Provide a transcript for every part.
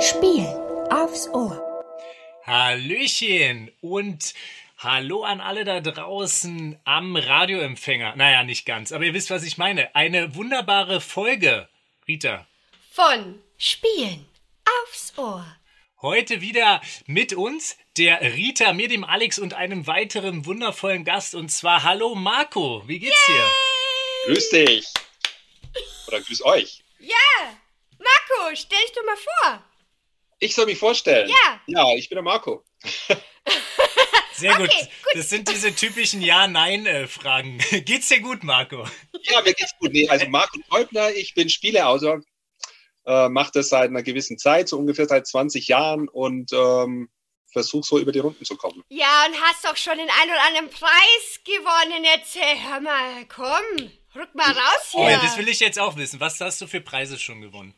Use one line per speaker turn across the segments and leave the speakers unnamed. Spiel aufs Ohr.
Hallöchen und hallo an alle da draußen am Radioempfänger. Naja, nicht ganz, aber ihr wisst, was ich meine. Eine wunderbare Folge, Rita.
Von
Spielen aufs Ohr.
Heute wieder mit uns, der Rita, mir, dem Alex und einem weiteren wundervollen Gast. Und zwar hallo Marco, wie geht's dir?
Grüß dich. Oder grüß euch.
Ja! Marco, stell dich doch mal vor!
Ich soll mich vorstellen.
Ja.
Ja, ich bin der Marco.
Sehr gut.
Okay, gut.
Das sind diese typischen Ja-Nein-Fragen. Geht's dir gut, Marco?
Ja, mir geht's gut. Nee, also Marco Teubner, ich bin Spieleautor, äh, mache das seit einer gewissen Zeit, so ungefähr seit 20 Jahren und ähm, versuche so über die Runden zu kommen.
Ja, und hast doch schon den einen oder anderen Preis gewonnen. Jetzt hey, hör mal, komm, rück mal raus hier.
Oh ja, das will ich jetzt auch wissen. Was hast du für Preise schon gewonnen?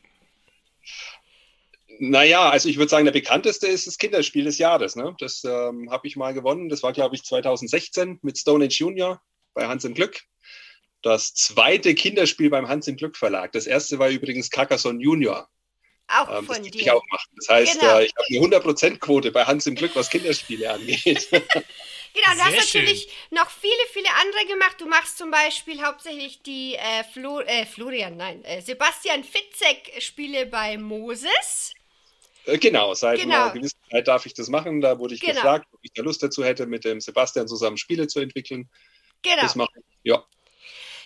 Naja, also ich würde sagen, der bekannteste ist das Kinderspiel des Jahres. Ne? Das ähm, habe ich mal gewonnen. Das war, glaube ich, 2016 mit Stone Age Junior bei Hans im Glück. Das zweite Kinderspiel beim Hans im Glück Verlag. Das erste war übrigens Carcassonne Junior.
auch
Ähm, das
von
kann
dir.
ich auch machen. Das heißt,
Genau.
äh, ich habe eine 100%-Quote bei Hans im Glück, was Kinderspiele angeht.
Genau, du hast
Sehr
natürlich noch viele, viele andere gemacht. Du machst zum Beispiel hauptsächlich die äh, Flo, äh, Florian, nein, äh, Sebastian Fitzek-Spiele bei Moses.
Äh, genau, seit
Genau.
einer gewissen Zeit darf ich das machen. Da wurde ich
Genau.
gefragt, ob ich da Lust dazu hätte, mit dem Sebastian zusammen Spiele zu entwickeln.
Genau.
Das mache ich. Ja,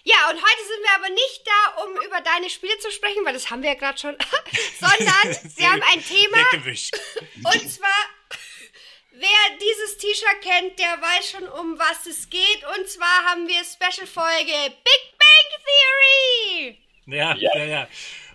Ja, und heute sind wir aber nicht da, um über deine Spiele zu sprechen, weil das haben wir ja gerade schon, sondern wir
Sehr
haben ein Thema,
Weggewischt.
Und zwar, wer dieses T-Shirt kennt, der weiß schon, um was es geht. Und zwar haben wir Special-Folge Big Bang Theory.
Ja, ja,
Ja.
ja.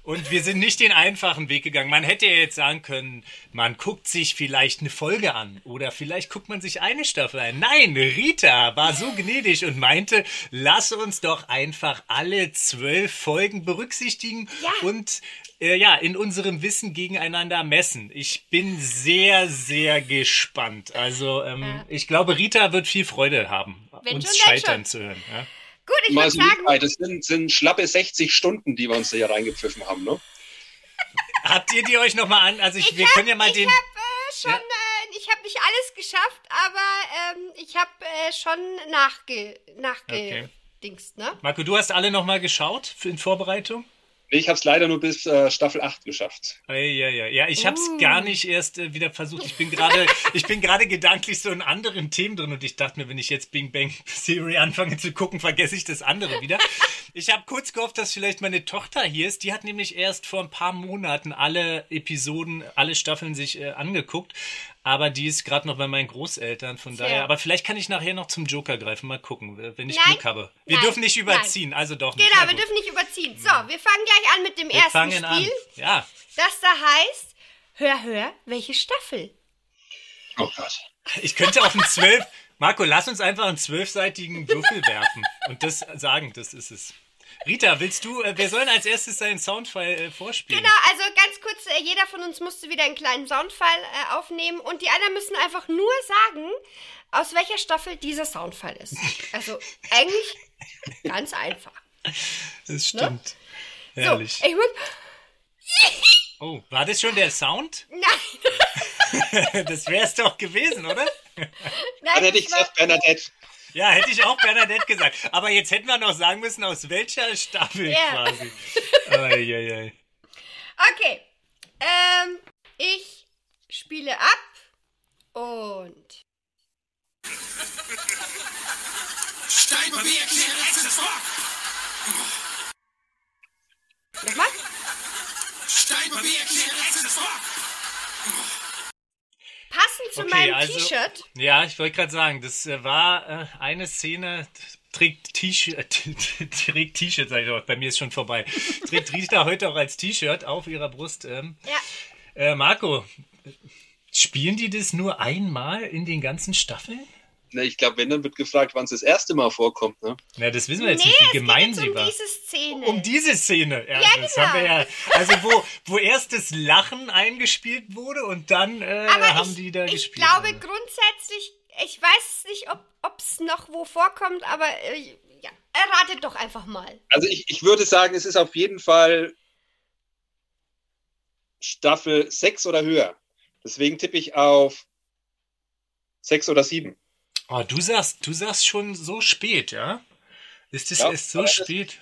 Und wir sind nicht den einfachen Weg gegangen. Man hätte ja jetzt sagen können, man guckt sich vielleicht eine Folge an oder vielleicht guckt man sich eine Staffel an. Nein, Rita war so gnädig und meinte, lass uns doch einfach alle zwölf Folgen berücksichtigen
Ja.
und äh, ja, in unserem Wissen gegeneinander messen. Ich bin sehr, sehr gespannt. Also ähm, ich glaube, Rita wird viel Freude haben,
Wenn
uns
schon, wenn
scheitern
schon.
zu hören. Ja?
Gut, ich
mal
würde
so
sagen,
nebenbei, das sind, sind schlappe 60 Stunden, die wir uns da hier reingepfiffen haben. Ne?
Habt ihr die euch nochmal an? Also ich,
ich
wir
hab-
können ja mal
ich
den.
hab, äh, schon,
Ja.
äh, ich habe nicht alles geschafft, aber ähm, ich habe äh, schon nachge... nachge
Okay.
Dings, ne?
Marco, du hast alle nochmal geschaut für in Vorbereitung?
Nee, Ich habe es leider nur bis äh, Staffel 8 geschafft.
Ja, ja, ja. ja ich habe es
Mm.
gar nicht erst äh, wieder versucht. Ich bin gerade, ich bin gerade gedanklich so in anderen Themen drin und ich dachte mir, wenn ich jetzt Bing Bang Theory anfange zu gucken, vergesse ich das andere wieder. Ich habe kurz gehofft, dass vielleicht meine Tochter hier ist. Die hat nämlich erst vor ein paar Monaten alle Episoden, alle Staffeln sich äh, angeguckt. Aber die ist gerade noch bei meinen Großeltern, von daher. Aber vielleicht kann ich nachher noch zum Joker greifen. Mal gucken, äh, wenn ich
Nein.
Glück habe. Wir
Nein.
dürfen nicht
Nein.
überziehen, also doch nicht.
Genau,
Na
wir
gut.
dürfen nicht überziehen. So, wir fangen gleich an mit dem
Wir
ersten
fangen
Spiel,
an. Ja.
das da heißt, hör, hör, welche Staffel?
Oh Gott.
Ich könnte auf einen zwölf. Marco, lass uns einfach einen zwölfseitigen Würfel werfen und das sagen, das ist es. Rita, willst du, äh, wir sollen als erstes deinen Soundfile äh, vorspielen.
Genau, also ganz kurz, äh, jeder von uns musste wieder einen kleinen Soundfall äh, aufnehmen und die anderen müssen einfach nur sagen, aus welcher Staffel dieser Soundfall ist. Also eigentlich ganz einfach.
Das stimmt.
Ne? So,
Herrlich.
ich muss.
Oh, war das schon der Sound?
Nein,
Das wäre es doch gewesen, oder?
nein.
Dann hätte ich
das war-
gesagt, Bernadette.
Ja, hätte ich auch Bernadette gesagt. Aber jetzt hätten wir noch sagen müssen, aus welcher Staffel
Ja.
quasi. Eieiei.
Okay. Ähm, ich spiele ab und.
Steiber, wie erklärt es ins Rock?
Nochmal?
Steiber, wie erklärt es ins Rock?
Passend zu
Okay,
meinem
also-
T-Shirt.
Ja, ich wollte gerade sagen, das äh, war äh, eine Szene, trägt T-Shirt, trägt T-Shirt, sag ich doch, bei mir ist schon vorbei. Trägt Rita heute auch als T-Shirt auf ihrer Brust. Ähm.
Ja.
Äh, Marco, äh, spielen die das nur einmal in den ganzen Staffeln?
Ne, ich glaube, wenn, dann wird gefragt, wann es das erste Mal vorkommt. Ne?
Na, das wissen wir
Nee,
jetzt
es
nicht, wie
geht
gemein
jetzt
sie
um
war.
diese Szene.
Um diese Szene. Ja, das
genau.
haben wir ja. Also wo, wo erst das Lachen eingespielt wurde und dann äh,
Aber
haben
ich,
die da
ich
gespielt.
glaube
also.
grundsätzlich, ich weiß nicht, ob es noch wo vorkommt, aber äh, ja, erratet doch einfach mal.
Also ich, ich würde sagen, es ist auf jeden Fall Staffel 6 oder höher. Deswegen tippe ich auf 6 oder 7.
Oh, du sagst, du sagst schon so spät, ja? Ist es
Ja,
erst so
aber das ist
spät?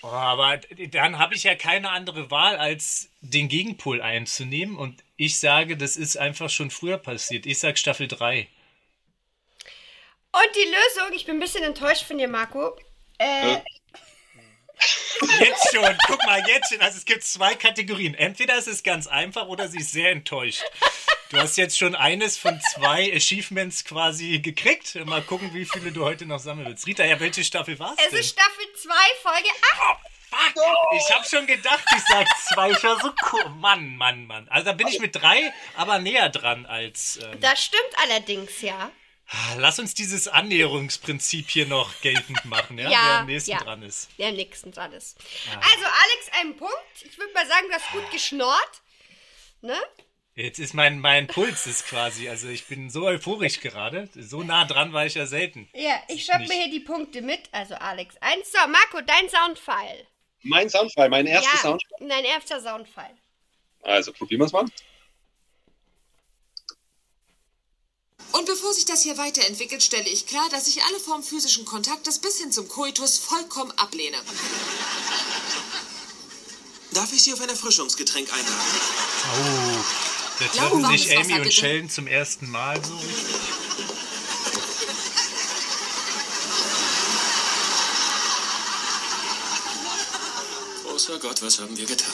Oh, aber dann habe ich ja keine andere Wahl, als den Gegenpol einzunehmen. Und ich sage, das ist einfach schon früher passiert. Ich sage Staffel 3.
Und die Lösung, ich bin ein bisschen enttäuscht von dir, Marco. Äh,
Ja.
Jetzt schon, guck mal, jetzt schon. Also es gibt zwei Kategorien. Entweder es ist ganz einfach oder sie ist sehr enttäuscht. Du hast jetzt schon eines von zwei Achievements quasi gekriegt. Mal gucken, wie viele du heute noch sammeln willst. Rita, ja, welche Staffel war's
es
denn?
ist Staffel 2, Folge 8.
Fuck! Ich hab schon gedacht, ich sag zwei. Ich war so cool. Mann, Mann, Mann. Also da bin ich mit drei, aber näher dran als. Ähm, Ah,
Das stimmt allerdings, ja.
lass uns dieses Annäherungsprinzip hier noch geltend machen, ja?
Ja,
Wer am nächsten
ja.
dran ist.
Ja, nächstens alles.
Ah.
Also, Alex, einen Punkt. Ich würde mal sagen, du hast gut geschnort. Ne?
Jetzt ist mein, mein Puls ist quasi, also ich bin so euphorisch gerade. So nah dran war ich ja selten.
Ja, ich schreibe mir
Nicht.
hier die Punkte mit. Also, Alex, eins. So, Marco, dein Soundfall.
Mein Soundfall, mein erster Soundfall.
Dein erster Soundfall.
Also probieren wir es mal.
Und bevor sich das hier weiterentwickelt, stelle ich klar, dass ich alle Formen physischen Kontaktes bis hin zum Koitus vollkommen ablehne.
Darf ich Sie auf ein Erfrischungsgetränk einladen?
Oh. Da
Ja,
treffen
warmes
sich Amy
Wasser,
und
bitte.
Sheldon zum ersten Mal so richtig.
Großer Gott, was haben wir getan?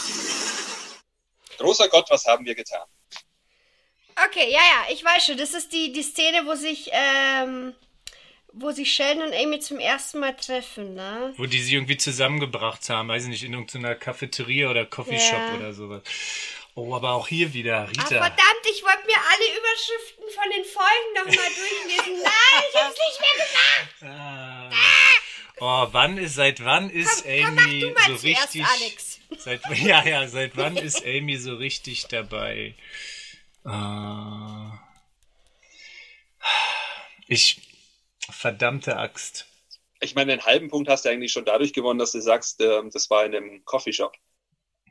Großer Gott, was haben wir getan?
Okay, ja, ja, ich weiß schon. Das ist die, die Szene, wo sich, ähm, wo sich Sheldon und Amy zum ersten Mal treffen, ne?
Wo die sie irgendwie zusammengebracht haben, weiß ich nicht, in irgendeiner Cafeteria oder Coffeeshop
Ja.
oder sowas. Oh, aber auch hier wieder,
Ah,
Rita.
verdammt, ich wollte mir alle Überschriften von den Folgen nochmal durchlesen. Nein, ich hab's nicht mehr gemacht.
Ah. Oh, wann ist, seit wann ist
Komm, komm, mach
Amy
du mal
so
zuerst,
richtig.
Alex.
Seit, ja, ja, seit wann ist Amy so richtig dabei? Ah. ich. Verdammte Axt.
Ich meine, den halben Punkt hast du eigentlich schon dadurch gewonnen, dass du sagst, ähm, das war in einem Coffeeshop.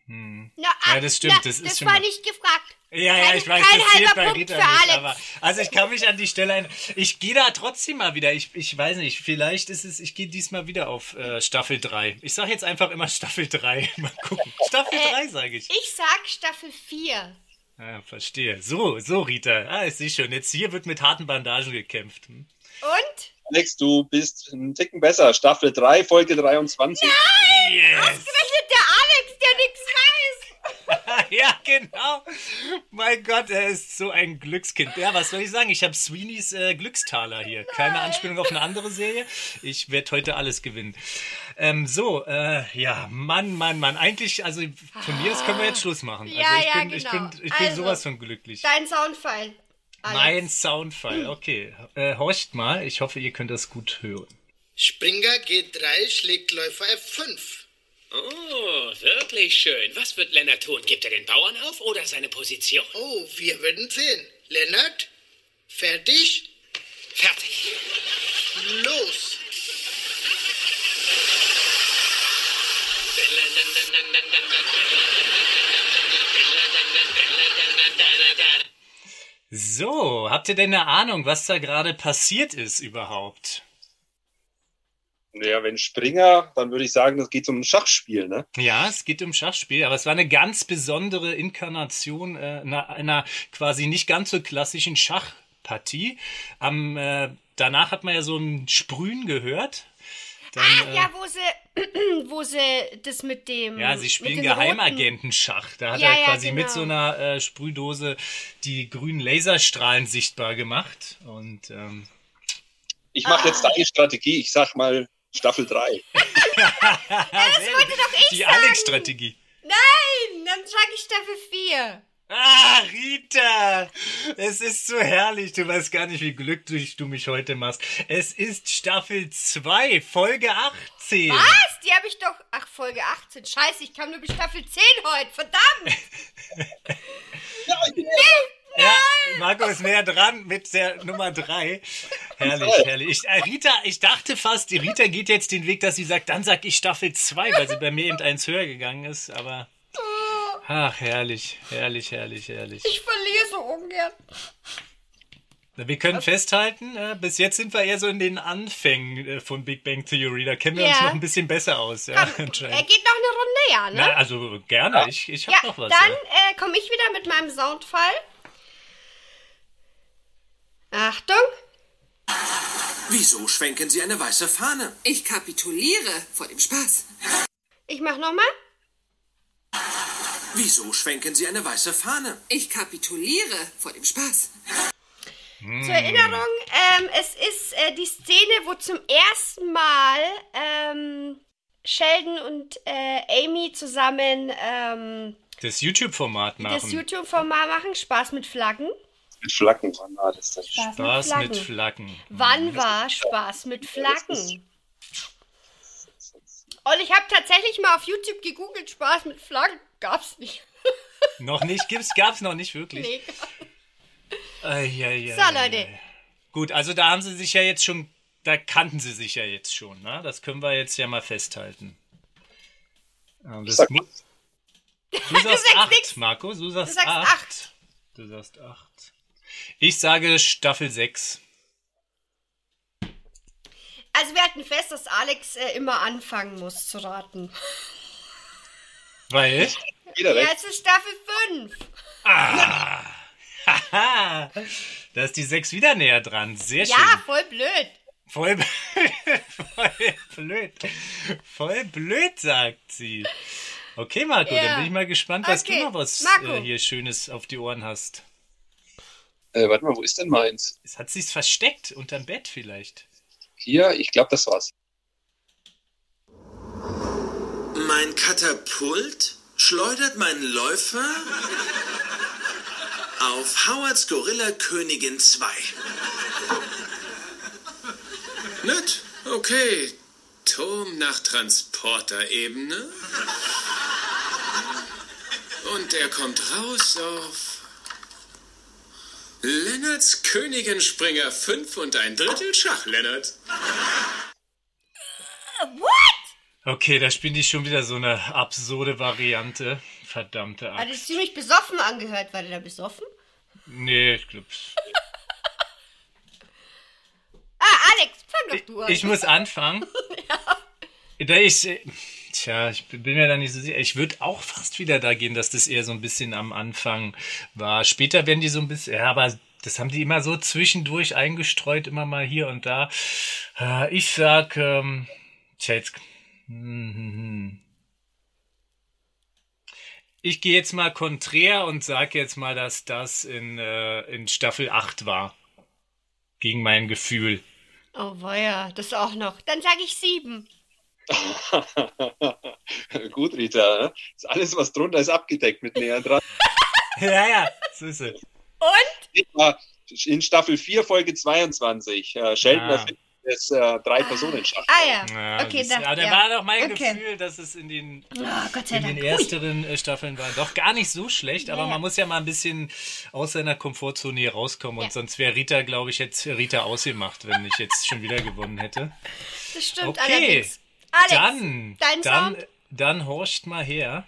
Hm.
Na,
Ja, das stimmt, das ist
das
schon
war
mal-
nicht gefragt.
Ja, ja,
Kein-
ich weiß,
kein
das zählt
halber
bei
Punkt
Rita
für
nicht,
Alex.
aber also ich kann mich an die Stelle ein. Ich gehe da trotzdem mal wieder. Ich, ich weiß nicht, vielleicht ist es, ich gehe diesmal wieder auf äh, Staffel 3. Ich sage jetzt einfach immer Staffel 3. Mal gucken. Staffel
Äh,
3 sage ich.
Ich sag Staffel 4.
Ah, verstehe. So, so, Rita. Ah, ich sehe schon. Jetzt hier wird mit harten Bandagen gekämpft. Hm?
Und?
Alex, du bist einen Ticken besser. Staffel 3, Folge 23.
Yes!
Rechnet der Alex, der nichts weiß.
ja, genau. Mein Gott, er ist so ein Glückskind. Ja, was soll ich sagen? Ich habe Sweeneys äh, Glückstaler hier. Keine Anspielung auf eine andere Serie. Ich werde heute alles gewinnen. Ähm, so, äh, ja, Mann, Mann, Mann. Eigentlich, also von mir aus können wir jetzt Schluss machen.
Ja,
also ich
ja,
bin, ich
genau.
bin, ich bin
Also,
sowas von glücklich.
Dein Soundfall. Alex.
Mein Soundfall, okay. Äh, horcht mal, ich hoffe, ihr könnt das gut hören.
Springer G3 schlägt Läufer F5.
Oh, wirklich schön. Was wird Lennart tun? Gibt er den Bauern auf oder seine Position?
Oh, wir werden sehen. Lennart, fertig,
Fertig.
los.
So, habt ihr denn eine Ahnung, was da gerade passiert ist überhaupt?
Naja, wenn Springer, dann würde ich sagen, das geht um ein Schachspiel, ne?
Ja, es geht um Schachspiel, aber es war eine ganz besondere Inkarnation äh, einer, einer quasi nicht ganz so klassischen Schachpartie. Am, äh, danach hat man ja so ein Sprühen gehört. Dann,
Ah, ja, wo sie, wo sie das mit dem.
äh, ja, sie spielen
mit den roten-
Geheimagentenschach. Da hat
Ja,
er
ja,
quasi mit
genau.
so einer äh, Sprühdose die grünen Laserstrahlen sichtbar gemacht. Und ähm,
Ich mache jetzt deine Strategie. Ich sag mal Staffel 3.
das wollte
doch ich
die
sagen.
Alex-Strategie.
Nein, dann sag ich Staffel 4.
Ah, Rita! Es ist so herrlich. Du weißt gar nicht, wie glücklich du mich heute machst. Es ist Staffel 2, Folge 18.
Was? Die habe ich doch. Ach, Folge 18. Scheiße, ich kam nur bis Staffel 10 heute. Verdammt.
Ja, Marco ist näher dran mit der Nummer 3. Herrlich, herrlich. Ich, äh, Rita, ich dachte fast, die Rita geht jetzt den Weg, dass sie sagt, dann sag ich Staffel 2, weil sie bei mir eben eins höher gegangen ist, aber Ach, herrlich, herrlich, herrlich, herrlich.
Ich verliere so ungern.
Na, Wir können festhalten, äh, bis jetzt sind wir eher so in den Anfängen äh, von Big Bang Theory. Da kennen wir uns
Ja.
noch ein bisschen besser aus. Ja,
Komm, er
anscheinend.
geht noch eine Runde, ja, ne?
Na, also gerne, ich, ich habe
ja,
noch was.
dann
ja.
äh, komme ich wieder mit meinem Soundfall. Achtung.
Wieso schwenken Sie eine weiße Fahne?
Ich kapituliere vor dem Spaß.
Ich mach nochmal.
Wieso schwenken Sie eine weiße Fahne?
Ich kapituliere vor dem Spaß.
Mm.
Zur Erinnerung, ähm, es ist äh, die Szene, wo zum ersten Mal ähm, Sheldon und äh, Amy zusammen ähm,
Das YouTube-Format machen.
das YouTube-Format machen. Spaß mit Flaggen.
Mit Flaggen wann war das denn?
Spaß mit Flaggen.
Wann war Spaß mit Flaggen? Und ich habe tatsächlich mal auf YouTube gegoogelt, Spaß mit Flaggen. Gab's nicht.
Noch nicht, gibt's, gab's noch nicht wirklich.
Nee.
Eieiei.
So, Leute.
Gut, also da haben sie sich ja jetzt schon, da kannten sie sich ja jetzt schon, ne? Das können wir jetzt ja mal festhalten. Ähm, Das
sag
mu-
mal.
du sagst
sagst
8,
nix.
Marco, du sagst
sagst
8.
acht.
Du sagst 8. Ich sage Staffel 6.
Also wir hatten fest, dass Alex äh, immer anfangen muss zu raten.
Weil?
Wieder
Ja,
weg.
es ist Staffel 5.
Haha! Ah, Da ist die 6 wieder näher dran. Sehr schön.
Ja, voll blöd.
Voll, b- voll blöd. Voll blöd, sagt sie. Okay, Marco,
Ja.
dann bin ich mal gespannt, was
Okay,
du noch was
Marco.
äh, hier Schönes auf die Ohren hast.
Äh, warte mal, wo ist denn meins?
Es hat sich's versteckt, unterm Bett vielleicht.
Hier, ich glaube, das war's.
Mein Katapult schleudert meinen Läufer auf Howards Gorilla Königin 2. Nett, okay. Turm nach Transporterebene. Und er kommt raus auf Lennarts Königenspringer 5 und ein Drittel Schach, Lennart.
Okay, da spielen die schon wieder so eine absurde Variante. Verdammte
Hat
Axt.
es ziemlich besoffen angehört. War der da besoffen?
Nee, ich glaub's.
Ah, Alex, fang doch du an.
Ich muss anfangen. Da ich, äh, tja, ich bin mir da nicht so sicher. Ich würde auch fast wieder da gehen, dass das eher so ein bisschen am Anfang war. Später werden die so ein bisschen, ja, aber das haben die immer so zwischendurch eingestreut, immer mal hier und da. Äh, Ich sag, ähm, tja, jetzt, hm, hm, hm. ich gehe jetzt mal konträr und sag jetzt mal, dass das in, äh, in Staffel 8 war. Gegen mein Gefühl.
oh weia, das auch noch. Dann sage ich 7.
Gut, Rita. Ne? Ist alles, was drunter ist, abgedeckt mit näher dran.
Ja, ja, so ist es.
Und?
Ja, In Staffel 4, Folge 22. Äh, Sheldon
Ah.
erfindet das äh, Drei-Personen-Schach.
Ah ja.
Ja,
okay,
das,
dann.
aber da
ja.
war doch mein
Okay.
Gefühl, dass es in den,
Oh, Gott sei
in den
Dank.
ersteren äh, Staffeln war. Doch gar nicht so schlecht, aber
Ja, ja.
man muss ja mal ein bisschen aus seiner Komfortzone hier rauskommen.
Ja.
Und sonst wäre Rita, glaube ich, jetzt Rita ausgemacht, wenn ich jetzt schon wieder gewonnen hätte.
Das stimmt
Okay.
allerdings. Alex,
dann,
dein
dann,
Sound?
dann horcht mal her.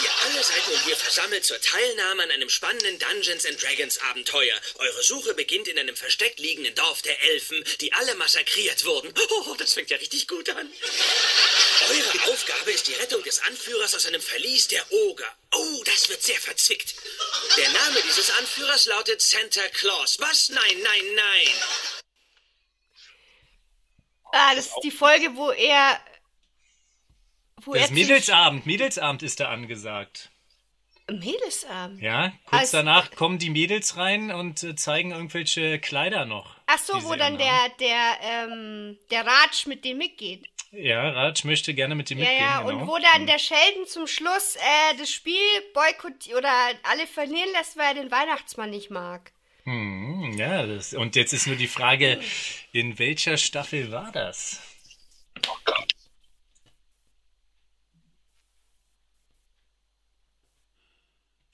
Ihr alle seid nun hier versammelt zur Teilnahme an einem spannenden Dungeons and Dragons Abenteuer. Eure Suche beginnt in einem versteckt liegenden Dorf der Elfen, die alle massakriert wurden. Oh, das fängt ja richtig gut an. Eure Aufgabe ist die Rettung des Anführers aus einem Verlies der Oger. Oh, das wird sehr verzwickt. Der Name dieses Anführers lautet Santa Claus. Was? Nein, nein, nein.
Ah, das ist die Folge, wo er. Wo
Das
er
Mädelsabend, Mädelsabend ist da angesagt.
Zum Mädelsabend.
Ja, kurz
Als-
danach kommen die Mädels rein und äh, zeigen irgendwelche Kleider noch.
Ach so,
die
wo
sie
dann
anhaben.
der, der, ähm, der Ratsch mit dem mitgeht.
Ja, Raj möchte gerne mit dir
Ja,
mitgehen.
ja,
genau.
und wo dann der Sheldon zum Schluss äh, das Spiel boykottiert oder alle verlieren lässt, weil er den Weihnachtsmann nicht mag.
Hm, Ja, das, und jetzt ist nur die Frage, in welcher Staffel war das?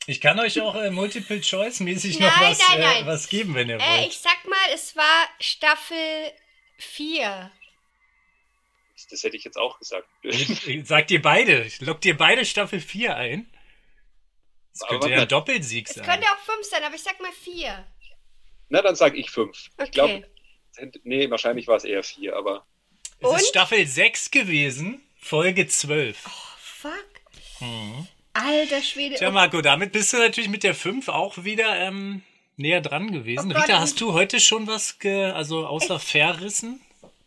Ich kann euch auch äh, Multiple-Choice-mäßig noch
Nein,
was,
nein,
Äh,
nein.
was geben, wenn ihr
Äh,
wollt.
ich sag mal, es war Staffel 4.
Das hätte ich jetzt auch gesagt.
Äh, Sagt ihr beide, lockt ihr beide Staffel 4 ein? Das könnte
warte
ja
mal.
ein Doppelsieg
Es
sein.
könnte auch fünf sein, aber ich sag mal vier.
Na, dann sage ich fünf.
Okay.
Ich glaube, nee, wahrscheinlich war es eher vier, aber
Es
Und?
ist Staffel 6 gewesen, Folge 12.
Fuck. Alter Schwede.
Mhm.
oh
Tja, Marco, damit bist du natürlich mit der 5 auch wieder ähm, näher dran gewesen.
Oh Gott,
Rita,
und-
hast du heute schon was, ge also außer verrissen?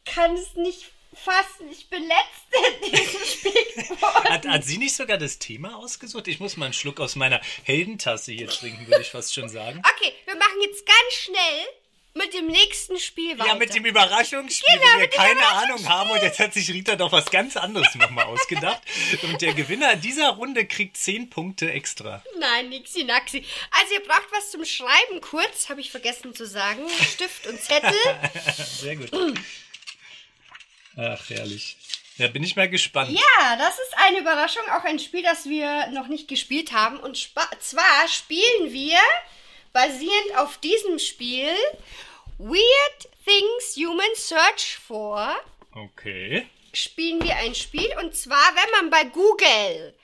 Ich kann es nicht fassen. Ich bin letzte in diesem Spiel geworden.
Hat, hat sie nicht sogar das Thema ausgesucht? Ich muss mal einen Schluck aus meiner Heldentasse hier trinken, würde ich fast schon sagen.
Okay, wir machen jetzt ganz schnell mit dem nächsten Spiel weiter.
Ja, mit dem Überraschungsspiel,
Genau,
wo wir
mit dem
keine Ahnung haben. Und jetzt hat sich Rita doch was ganz anderes nochmal ausgedacht. Und der Gewinner dieser Runde kriegt 10 Punkte extra.
Nein, nixi naxi. Also ihr braucht was zum Schreiben kurz, habe ich vergessen zu sagen. Stift und Zettel.
Sehr gut. Ach, herrlich. Da bin ich mal gespannt.
Ja, das ist eine Überraschung, auch ein Spiel, das wir noch nicht gespielt haben. Und spa- zwar spielen wir, basierend auf diesem Spiel, Weird Things Humans Search for,
Okay.
spielen wir ein Spiel. Und zwar, wenn man bei Google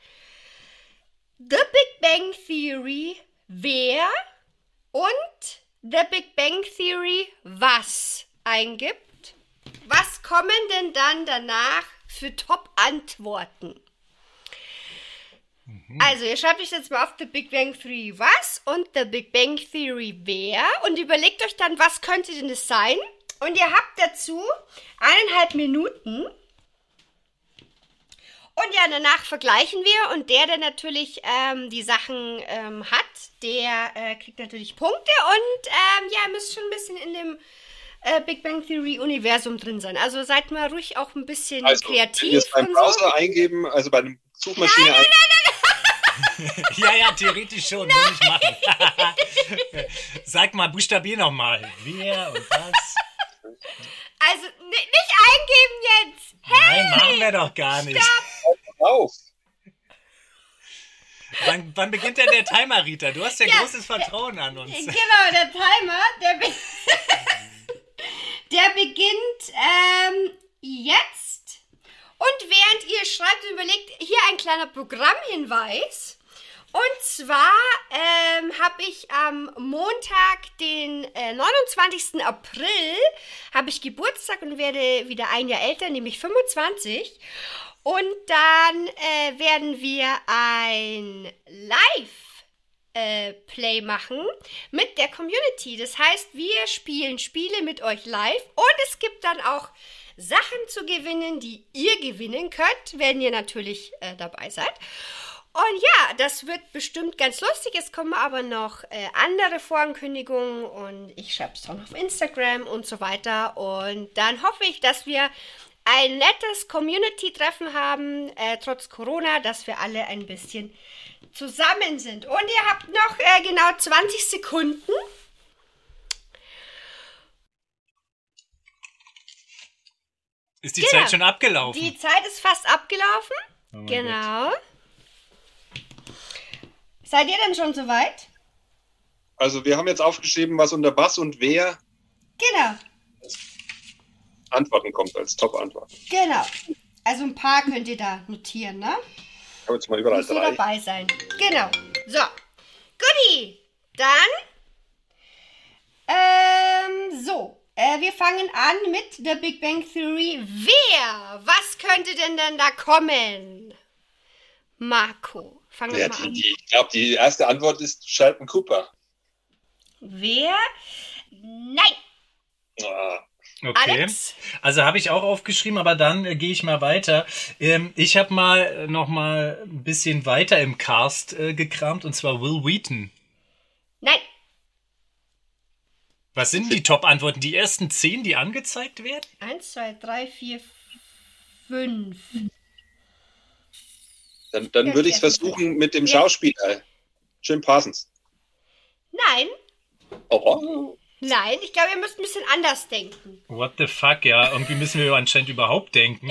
The Big Bang Theory wer und The Big Bang Theory was eingibt, was kommen denn dann danach für Top-Antworten?
Hm.
Also, ihr schreibt euch jetzt mal auf The Big Bang Theory was und The Big Bang Theory wer und überlegt euch dann, was könnte denn das sein? Und ihr habt dazu eineinhalb Minuten. Und ja, danach vergleichen wir und der, der natürlich ähm, die Sachen ähm, hat, der äh, kriegt natürlich Punkte und ähm, ja, müsst schon ein bisschen in dem äh, Big Bang Theory Universum drin sein. Also seid mal ruhig auch ein bisschen
also, wenn wir
kreativ
es beim
und
Browser
so.
eingeben, also bei einer Suchmaschine eingeben,
Ja, ja, theoretisch schon. Nur nicht machen. Sag mal, buchstabier nochmal. Wer und was?
Also ni- nicht eingeben jetzt.
Nein, machen wir doch gar nicht.
auf.
Wann, wann beginnt denn der Timer, Rita? Du hast ja,
Ja. äh,
großes Vertrauen an uns.
Genau, der Timer, der, be der beginnt ähm, jetzt. Und während ihr schreibt und überlegt, hier ein kleiner Programmhinweis. Und zwar ähm, habe ich am Montag, den äh, 29. April, habe ich Geburtstag und werde wieder ein Jahr älter, nämlich 25. Und dann äh, werden wir ein Live äh, Play machen mit der Community. Das heißt, wir spielen Spiele mit euch live und es gibt dann auch Sachen zu gewinnen, die ihr gewinnen könnt, wenn ihr natürlich äh, dabei seid. Und ja, das wird bestimmt ganz lustig. Es kommen aber noch äh, andere Vorankündigungen und ich schreibe es dann auf Instagram und so weiter. Und dann hoffe ich, dass wir ein nettes Community-Treffen haben, äh, trotz Corona, dass wir alle ein bisschen zusammen sind. Und ihr habt noch äh, genau 20 Sekunden.
Ist die
Genau.
Zeit schon abgelaufen?
Die Zeit ist fast abgelaufen. genau. Seid ihr denn schon soweit?
Also wir haben jetzt aufgeschrieben, was unter was und wer
Genau,
Antworten kommt als Top-Antwort.
genau. Also ein paar könnt ihr da notieren, ne?
Ich habe jetzt mal überall
Muss nur
drei.
dabei sein. Genau. So. Goodie. Dann. Ähm, so. Äh, wir fangen an mit der Big Bang Theory. Wer? Was könnte denn dann da kommen? Marco. Fangen wir
Ja,
mal
die,
an.
die, ich glaube, die erste Antwort ist Sheldon Cooper.
Wer? Nein.
Ah,
Okay.
Alex?
Also habe ich auch aufgeschrieben, aber dann äh, gehe ich mal weiter. Ähm, ich habe mal äh, noch mal ein bisschen weiter im Cast äh, gekramt und zwar Will Wheaton.
Nein.
Was sind die Top-Antworten? Die ersten zehn, die angezeigt werden?
Eins, zwei, drei, vier, fünf.
dann dann würde ich es versuchen mit dem Schauspieler. Jim Parsons.
Nein.
Oh,
Nein. Ich glaube, ihr müsst ein bisschen anders denken.
What the fuck, ja. Irgendwie müssen wir anscheinend überhaupt denken.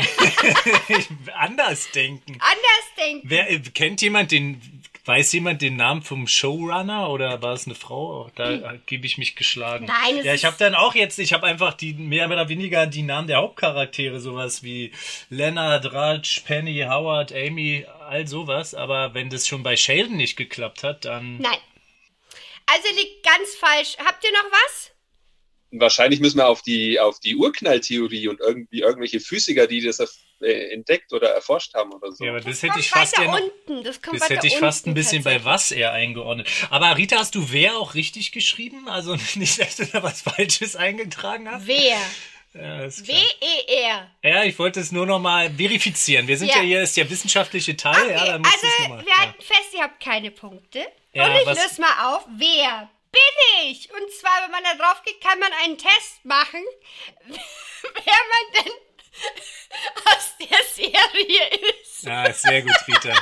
Anders denken.
Anders denken.
Wer äh, kennt jemand den Weiß jemand den Namen vom Showrunner oder war es eine Frau? Oh, Da äh, gebe ich mich geschlagen.
Hm. Nein, es
Ja, ich
ist-
habe dann auch jetzt, ich habe einfach die mehr oder weniger die Namen der Hauptcharaktere, sowas wie Leonard, Raj, Penny, Howard, Amy, all sowas. Aber wenn das schon bei Sheldon nicht geklappt hat, dann
Nein. Also ihr liegt ganz falsch. Habt ihr noch was?
Wahrscheinlich müssen wir auf die, auf die Urknalltheorie und irgendwie irgendwelche Physiker, die das erf- äh, entdeckt oder erforscht haben oder so.
ja, aber das hätte
Kommt
ich fast
weiter
ja noch,
unten. Das kommt
das
weiter
hätte ich fast ein
unten
bisschen bei
tatsächlich.
was eher eingeordnet. Aber Rita, hast du wer auch richtig geschrieben? Also nicht, dass du da was Falsches eingetragen hast?
Wer?
Ja, ist klar.
W-E-R.
Ja, ich wollte es nur noch mal verifizieren. Wir sind ja,
Ja.
hier, ist der wissenschaftliche Teil,
Okay,
ja, dann muss
also,
es nochmal.
wir halten fest, ihr habt keine Punkte.
Ja,
und ich
was-
löse mal auf, wer bin ich? Und zwar, wenn man da drauf geht, kann man einen Test machen, wer man denn aus der Serie ist.
Ja. Ah, sehr gut, Rita.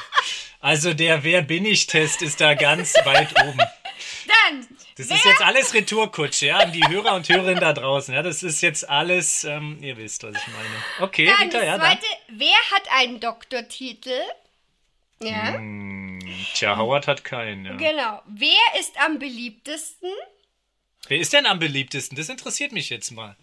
Also der Wer bin ich Test ist da ganz weit oben.
Dann,
Das
wer
ist jetzt alles Retourkutsche, ja, an die Hörer und Hörerinnen da draußen. Ja, das ist jetzt alles, ähm, ihr wisst, was ich meine. Okay,
dann
Rita,
das
ja, dann.
zweite, wer hat einen Doktortitel? Ja,
Tja, Howard hat keinen, ja.
genau. Wer ist am beliebtesten?
Wer ist denn am beliebtesten? Das interessiert mich jetzt mal.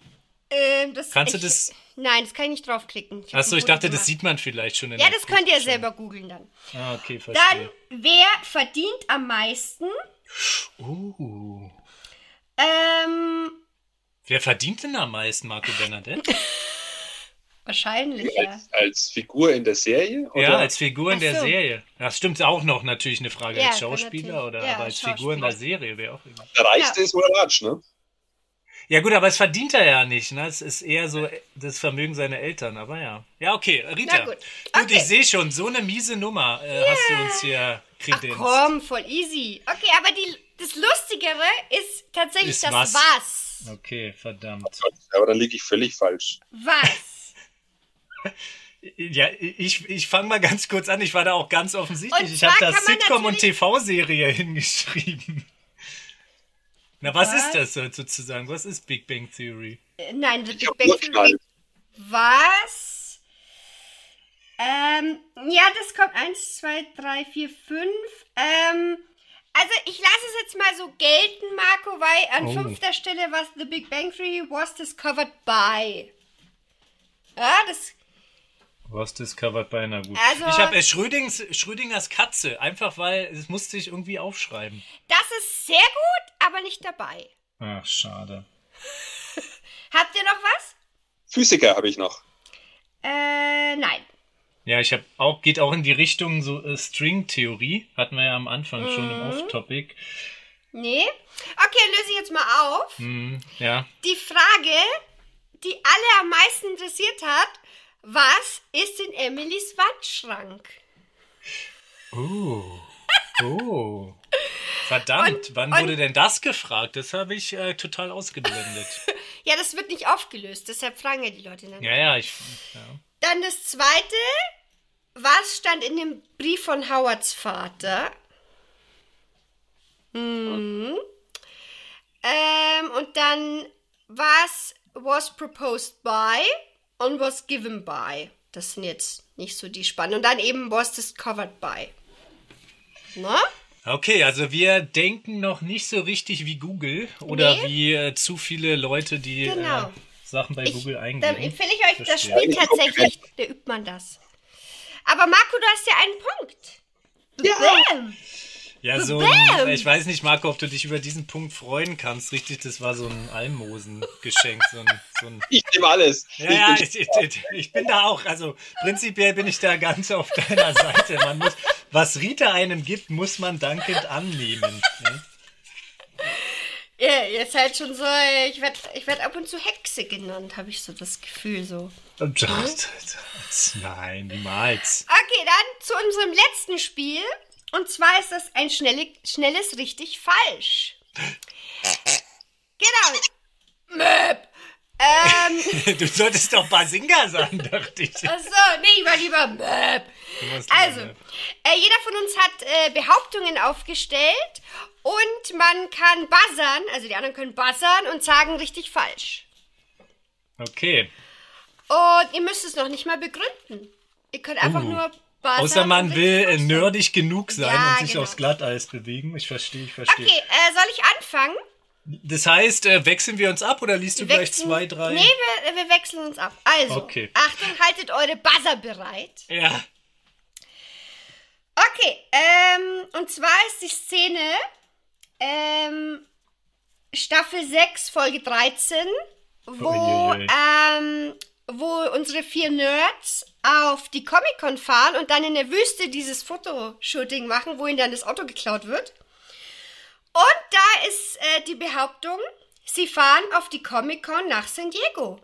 Ähm, das,
Kannst du
ich,
das-
Nein, das kann ich nicht draufklicken. hab
Achso,
ein
ich dachte,
Foto gemacht.
das sieht man vielleicht schon in
Ja,
der
das könnt ihr
Produktion.
selber googeln dann.
Ah, okay,
Dann,
verstehe.
wer verdient am meisten?
uh.
Ähm,
Wer verdient denn am meisten, Marco Bernadette?
wahrscheinlich, ja.
Als, als Figur in der Serie? Oder?
Ja, als Figur in
Ach
der
so.
Serie. Das stimmt auch noch natürlich eine Frage
Ja,
als
kann
Schauspieler
natürlich-
oder
ja,
aber als Figur in der Serie wäre auch immer.
der reichste
ja.
ist wohl Ratsch, ne?
Ja gut, aber es verdient er ja nicht. Ne? Es ist eher so das Vermögen seiner Eltern. Aber ja, ja okay, Rita.
Na gut.
gut.
Okay.
ich sehe schon, so eine miese Nummer äh, hast du uns hier
Ach
kredenzt.
komm, voll easy. Okay, aber die, das Lustigere ist tatsächlich
Ist
das
was.
was. Was.
Okay, verdammt.
Aber dann liege ich völlig falsch.
Ja, ich, ich fange mal ganz kurz an. Ich war da auch ganz offensichtlich.
Und
ich habe
zwar
da
kann man
Sitcom und
natürlich-
TV-Serie hingeschrieben. Na, was,
Was?
ist das so- sozusagen? Was ist Big Bang Theory?
Äh, Nein, The
Ich
Big
hab
Bang Theory.
Urknall.
Was? Ähm, ja, das kommt 1, 2, 3, 4, 5. Ähm, also ich lasse es jetzt mal so gelten, Marco, weil an
Oh.
fünfter Stelle was The Big Bang Theory was discovered by. Ja, das
Was discovered by einer gut.
Also-
ich habe Schrödings, Schrödingers Katze, einfach weil es musste ich irgendwie aufschreiben.
Das ist sehr gut, aber nicht dabei.
Ach, schade.
Habt ihr noch was?
Physiker habe ich noch.
Äh, nein.
Ja, ich habe auch, geht auch in die Richtung so äh, String-Theorie. Hatten wir ja am Anfang schon
Mhm.
im Off-Topic.
Nee? Okay, löse ich jetzt mal auf.
Mhm, ja.
Die Frage, die alle am meisten interessiert hat, was ist in Emilys Wandschrank?
Oh. Oh. Verdammt, wann wurde denn das gefragt? Das habe ich äh, total ausgeblendet.
Ja, das wird nicht aufgelöst, deshalb fragen ja die Leute dann.
ja, ja, ich. Ja.
Dann das zweite, was stand in dem Brief von Howards Vater? Hm. Ähm, und dann, was was proposed by und was given by? Das sind jetzt nicht so die spannenden. Und dann eben, was discovered by. Ne? Na?
Okay, also wir denken noch nicht so richtig wie Google oder
Nee.
wie äh, zu viele Leute, die äh,
Genau.
Sachen bei
Ich,
Google
dann
eingeben.
empfehle ich euch das
Verstehe.
Spiel tatsächlich. Da übt man das. Aber Marco, du hast ja einen Punkt. Bam.
Ja, so ein, ich weiß nicht, Marco, ob du dich über diesen Punkt freuen kannst. Richtig, das war so ein Almosengeschenk, so ein, so ein
Ich nehme alles.
Ja, ja,
ich bin
ich, ich, ich- ich bin da auch, also prinzipiell bin ich da ganz auf deiner Seite. Man muss, was Rita einem gibt, muss man dankend annehmen. ne?
Ja, ihr seid schon so, ich werde ich werd ab und zu Hexe genannt, habe ich so das Gefühl so.
Und das- Nein, niemals.
Okay, dann zu unserem letzten Spiel. Und zwar ist das ein schnelle, schnelles richtig falsch. Genau. Möp. Ähm,
Du solltest doch Basinga sagen, dachte ich.
achso, nee, ich war lieber Möp.
musst lieber
Also,
Möp.
äh, jeder von uns hat äh, Behauptungen aufgestellt und man kann buzzern, also die anderen können buzzern und sagen richtig falsch.
Okay.
Und ihr müsst es noch nicht mal begründen. Ihr könnt einfach nur Butter
Oh. Außer man
und
will äh,
Ritterwurst.
nerdig genug sein
Ja,
und sich
genau.
aufs Glatteis bewegen. Ich verstehe, ich verstehe.
Okay, äh, soll ich anfangen?
Das heißt, äh, wechseln wir uns ab oder liest du gleich
Wechseln-
zwei, drei?
Nee, wir, wir wechseln uns ab. Also,
Okay.
Achtung, haltet eure Buzzer bereit.
Ja.
Okay, ähm, und zwar ist die Szene ähm, Staffel 6, Folge 13, wo,
Uiuiui.
ähm, wo unsere vier Nerds auf die Comic-Con fahren und dann in der Wüste dieses Fotoshooting machen, wo ihnen dann das Auto geklaut wird. Und da ist äh, die Behauptung, sie fahren auf die Comic-Con nach San Diego.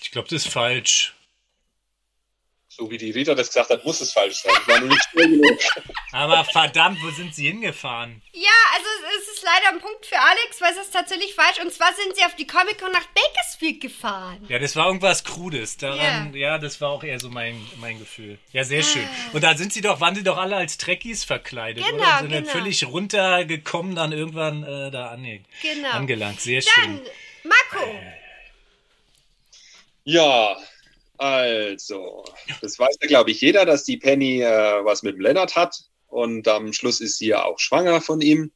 Ich glaube, das ist falsch.
So wie die Rita das gesagt hat, muss es falsch sein. War nur nicht schnell genug.
Aber verdammt, wo sind sie hingefahren?
Ja, also es ist leider ein Punkt für Alex, weil es ist tatsächlich falsch. Und zwar sind sie auf die Comic-Con nach Bakersfield gefahren.
Ja, das war irgendwas Krudes. Daran, ja. das war auch eher so mein, mein Gefühl. Ja,
Ah.
sehr schön. Und da sind sie doch, waren sie doch alle als Trekkies verkleidet,
Genau,
oder? Sind dann
genau.
völlig runtergekommen, dann irgendwann äh, da ange
Genau.
angelangt. Sehr schön.
Dann, Marco,
Ja, also, das weiß ja, glaube ich, jeder, dass die Penny äh, was mit dem Lennart hat und am Schluss ist sie ja auch schwanger von ihm.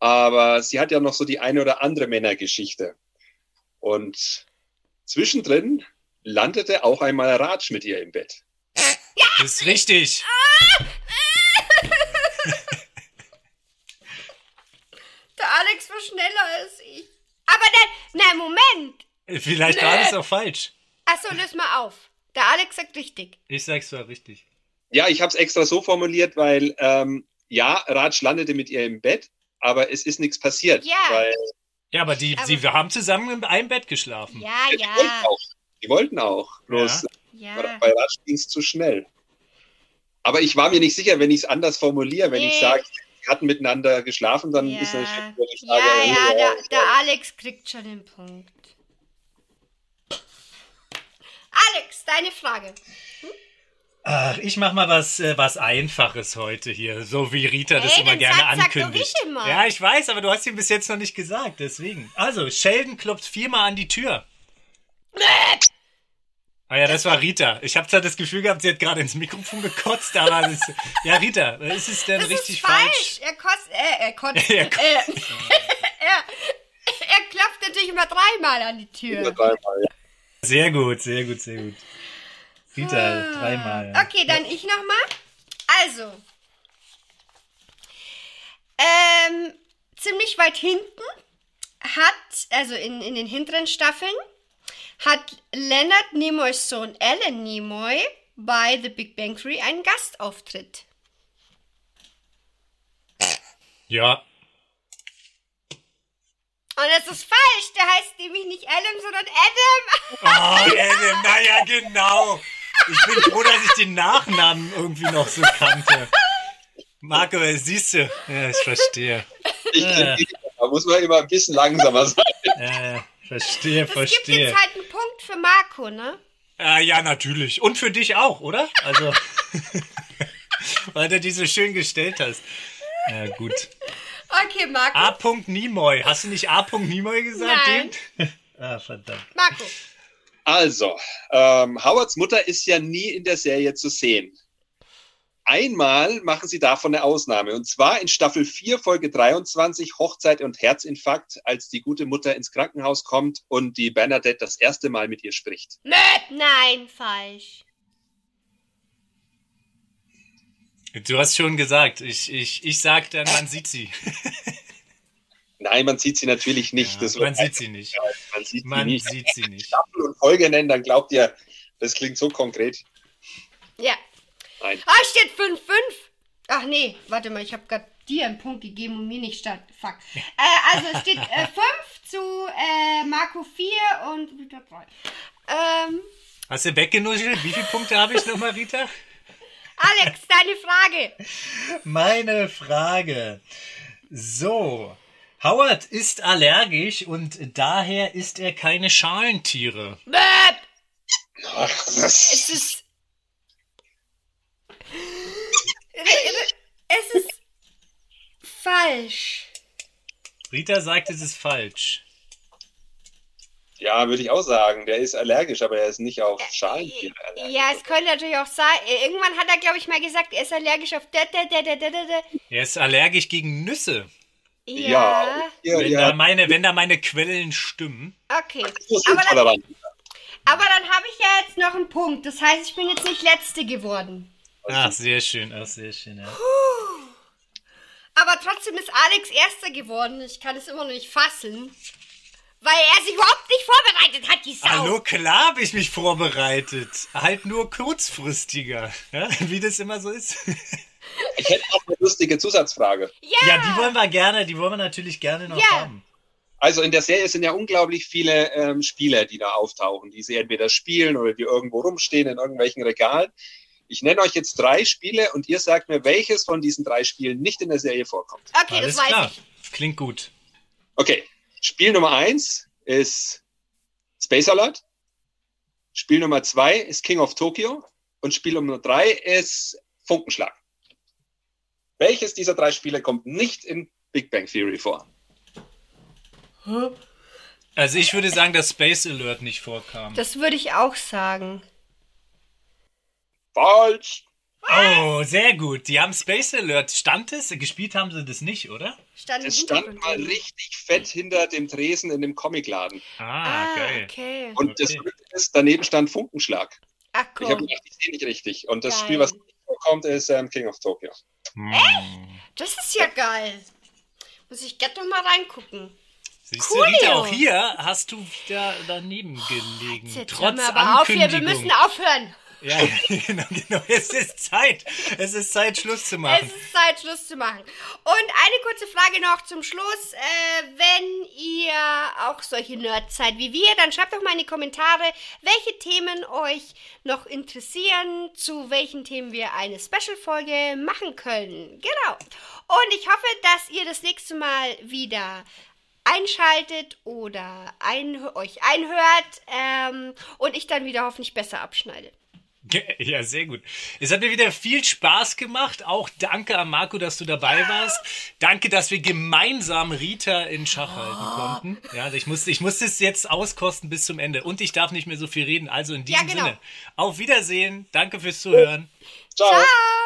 Aber sie hat ja noch so die eine oder andere Männergeschichte. Und zwischendrin landete auch einmal Ratsch mit ihr im Bett.
Das ist richtig.
der Alex war schneller als ich. Aber dann, nein, Moment.
Vielleicht war das auch falsch.
Achso, löst mal auf. Der Alex sagt richtig.
Ich sag's zwar richtig.
Ja, ich habe es extra so formuliert, weil ähm, ja, Ratsch landete mit ihr im Bett, aber es ist nichts passiert.
Ja.
Weil
Ja, aber die,
Aber-
sie haben zusammen in einem Bett geschlafen.
Ja,
die wollten
ja,
auch. Die wollten auch. Bloß
ja.
Bei Ratsch ging es zu schnell. Aber ich war mir nicht sicher, wenn ich es anders formuliere, wenn
Nee.
ich sage, sie hatten miteinander geschlafen, dann
Ja.
ist natürlich die
Ja,
Frage,
ja,
äh,
der, der Alex kriegt schon den Punkt. Alex, deine Frage.
Ach, ich mach mal was, äh, was Einfaches heute hier, so wie Rita das
Hey,
immer
dann
gerne
sag- sag doch
ankündigt.
ich immer.
Ja, ich weiß, aber du hast ihm bis jetzt noch nicht gesagt, deswegen. Also, Sheldon klopft viermal an die Tür. Ah ja, das war Rita. Ich habe zwar das Gefühl gehabt, sie hat gerade ins Mikrofon gekotzt, aber das, ja, Rita, ist es denn
Das
richtig
ist falsch. Er kotzt, äh, er kotzt,
Er
äh, er, er klopft natürlich immer dreimal an die
nur
Tür.
dreimal.
Sehr gut, sehr gut, sehr gut. Rita, dreimal. ja.
Ah, Okay, dann ich nochmal. Also, ähm, ziemlich weit hinten hat, also in, in den hinteren Staffeln, hat Leonard Nimoys Sohn Alan Nimoy bei The Big Bang Theory einen Gastauftritt.
Ja,
Und das ist falsch, der heißt nämlich nicht Alan, sondern Adam.
Oh, Adam, naja, genau. Ich bin froh, dass ich den Nachnamen irgendwie noch so kannte. Marco, äh, siehst du? Ja, ich verstehe.
Ich, Da muss man immer ein bisschen langsamer sein.
Äh, verstehe,
Das gibt
verstehe.
jetzt halt einen Punkt für Marco, ne?
Äh, ja, natürlich. Und für dich auch, oder? Also, weil du die so schön gestellt hast. Ja, gut.
Okay, Marco.
A. Nimoy. Hast du nicht A. Nimoy gesagt?
Nein.
Dem? ah, verdammt.
Marco.
Also, ähm, Howards Mutter ist ja nie in der Serie zu sehen. Einmal machen sie davon eine Ausnahme, und zwar in Staffel 4, Folge 23, Hochzeit und Herzinfarkt, als die gute Mutter ins Krankenhaus kommt und die Bernadette das erste Mal mit ihr spricht.
Möp. Nein, falsch.
Du hast schon gesagt. Ich, ich, ich sag dann, man sieht sie.
Nein, man sieht sie natürlich nicht. das war
Man sieht sie nicht.
Man sieht
Man
sie nicht.
sieht sie nicht.
Staffel und Folge nennen, dann glaubt ihr, das klingt so konkret.
Ja.
Nein.
Ah, steht 5-5. Ach nee, warte mal, ich habe gerade dir einen Punkt gegeben und mir nicht statt. Fuck. Äh, also es steht äh, 5 zu äh, Marco 4 und Rita 3. Ähm,
Hast du weggenuschelt? Wie viele Punkte habe ich nochmal, Rita?
Alex, deine Frage.
Meine Frage. So. Howard ist allergisch und daher isst er keine Schalentiere.
Möp.
Ach, das
Es ist. Es ist falsch.
Rita sagt, es ist falsch.
Ja, würde ich auch sagen. Der ist allergisch, aber er ist nicht auf Schalentiere allergisch.
Äh, Ja, es könnte natürlich auch sein. Äh, Irgendwann hat er, glaube ich, mal gesagt, er ist allergisch auf. Da, da, da, da, da, da. da.
Er ist allergisch gegen Nüsse.
Ja.
ja,
Wenn,
ja.
Da meine, wenn da meine Quellen stimmen.
Okay. Aber dann,
Aber
aber dann habe ich ja jetzt noch einen Punkt. Das heißt, ich bin jetzt nicht Letzte geworden.
Ach, sehr schön, ach, sehr schön. Ja.
Aber trotzdem ist Alex Erster geworden. Ich kann es immer noch nicht fassen. Weil er sich überhaupt nicht vorbereitet hat, die Sau.
Hallo, klar habe ich mich vorbereitet. Halt nur kurzfristiger. Ja, wie das immer so ist.
ich hätte noch eine lustige Zusatzfrage.
Ja.
Ja, die wollen wir gerne, die wollen wir natürlich gerne noch
Ja.
haben.
Also in der Serie sind ja unglaublich viele ähm, Spieler, die da auftauchen, die sie entweder spielen oder die irgendwo rumstehen in irgendwelchen Regalen. Ich nenne euch jetzt drei Spiele und ihr sagt mir, welches von diesen drei Spielen nicht in der Serie vorkommt.
Okay,
Alles
das weiß
klar.
ich.
Klingt gut.
Okay, Spiel Nummer eins ist Space Alert. Spiel Nummer zwei ist King of Tokyo. Und Spiel Nummer drei ist Funkenschlag. Welches dieser drei Spiele kommt nicht in Big Bang Theory vor?
Also ich würde sagen, dass Space Alert nicht vorkam.
Das würde ich auch sagen.
Falsch.
Oh, sehr gut. Die haben Space Alert. Stand es? Gespielt haben sie das nicht, oder?
Stand
Es
im
stand
Hintergrund
mal
drin.
richtig fett hinter dem Tresen in dem Comicladen.
Ah,
Ah,
geil.
okay.
Und das
Okay.
Verrückte ist, daneben stand Funkenschlag.
Ach
Ich habe
komm,
gedacht, ich sehe nicht richtig. Und das
Geil.
Spiel, was nicht vorkommt, ist ähm, King of Tokyo.
das ist ja geil. Muss ich gleich noch mal reingucken.
Siehst
Coolio.
du, Rita, auch hier hast du wieder daneben gelegen.
Oh, Jetzt hören
trotz
wir aber auf hier, wir
Ankündigung.
müssen aufhören.
Ja, genau, genau. Es ist Zeit. Es ist Zeit, Schluss zu machen.
Es ist Zeit, Schluss zu machen. Und eine kurze Frage noch zum Schluss. Äh, wenn ihr auch solche Nerds seid wie wir, dann schreibt doch mal in die Kommentare, welche Themen euch noch interessieren, zu welchen Themen wir eine Special-Folge machen können. Genau. Und ich hoffe, dass ihr das nächste Mal wieder einschaltet oder ein, euch einhört ähm, und ich dann wieder hoffentlich besser abschneide.
Ja, sehr gut. Es hat mir wieder viel Spaß gemacht. Auch danke an Marco, dass du dabei warst. Danke, dass wir gemeinsam Rita in Schach halten konnten. Ja, ich musste, ich musste es jetzt auskosten bis zum Ende. Und ich darf nicht mehr so viel reden. Also in diesem
genau.
Sinne. Auf Wiedersehen. Danke fürs Zuhören.
Ciao.
Ciao!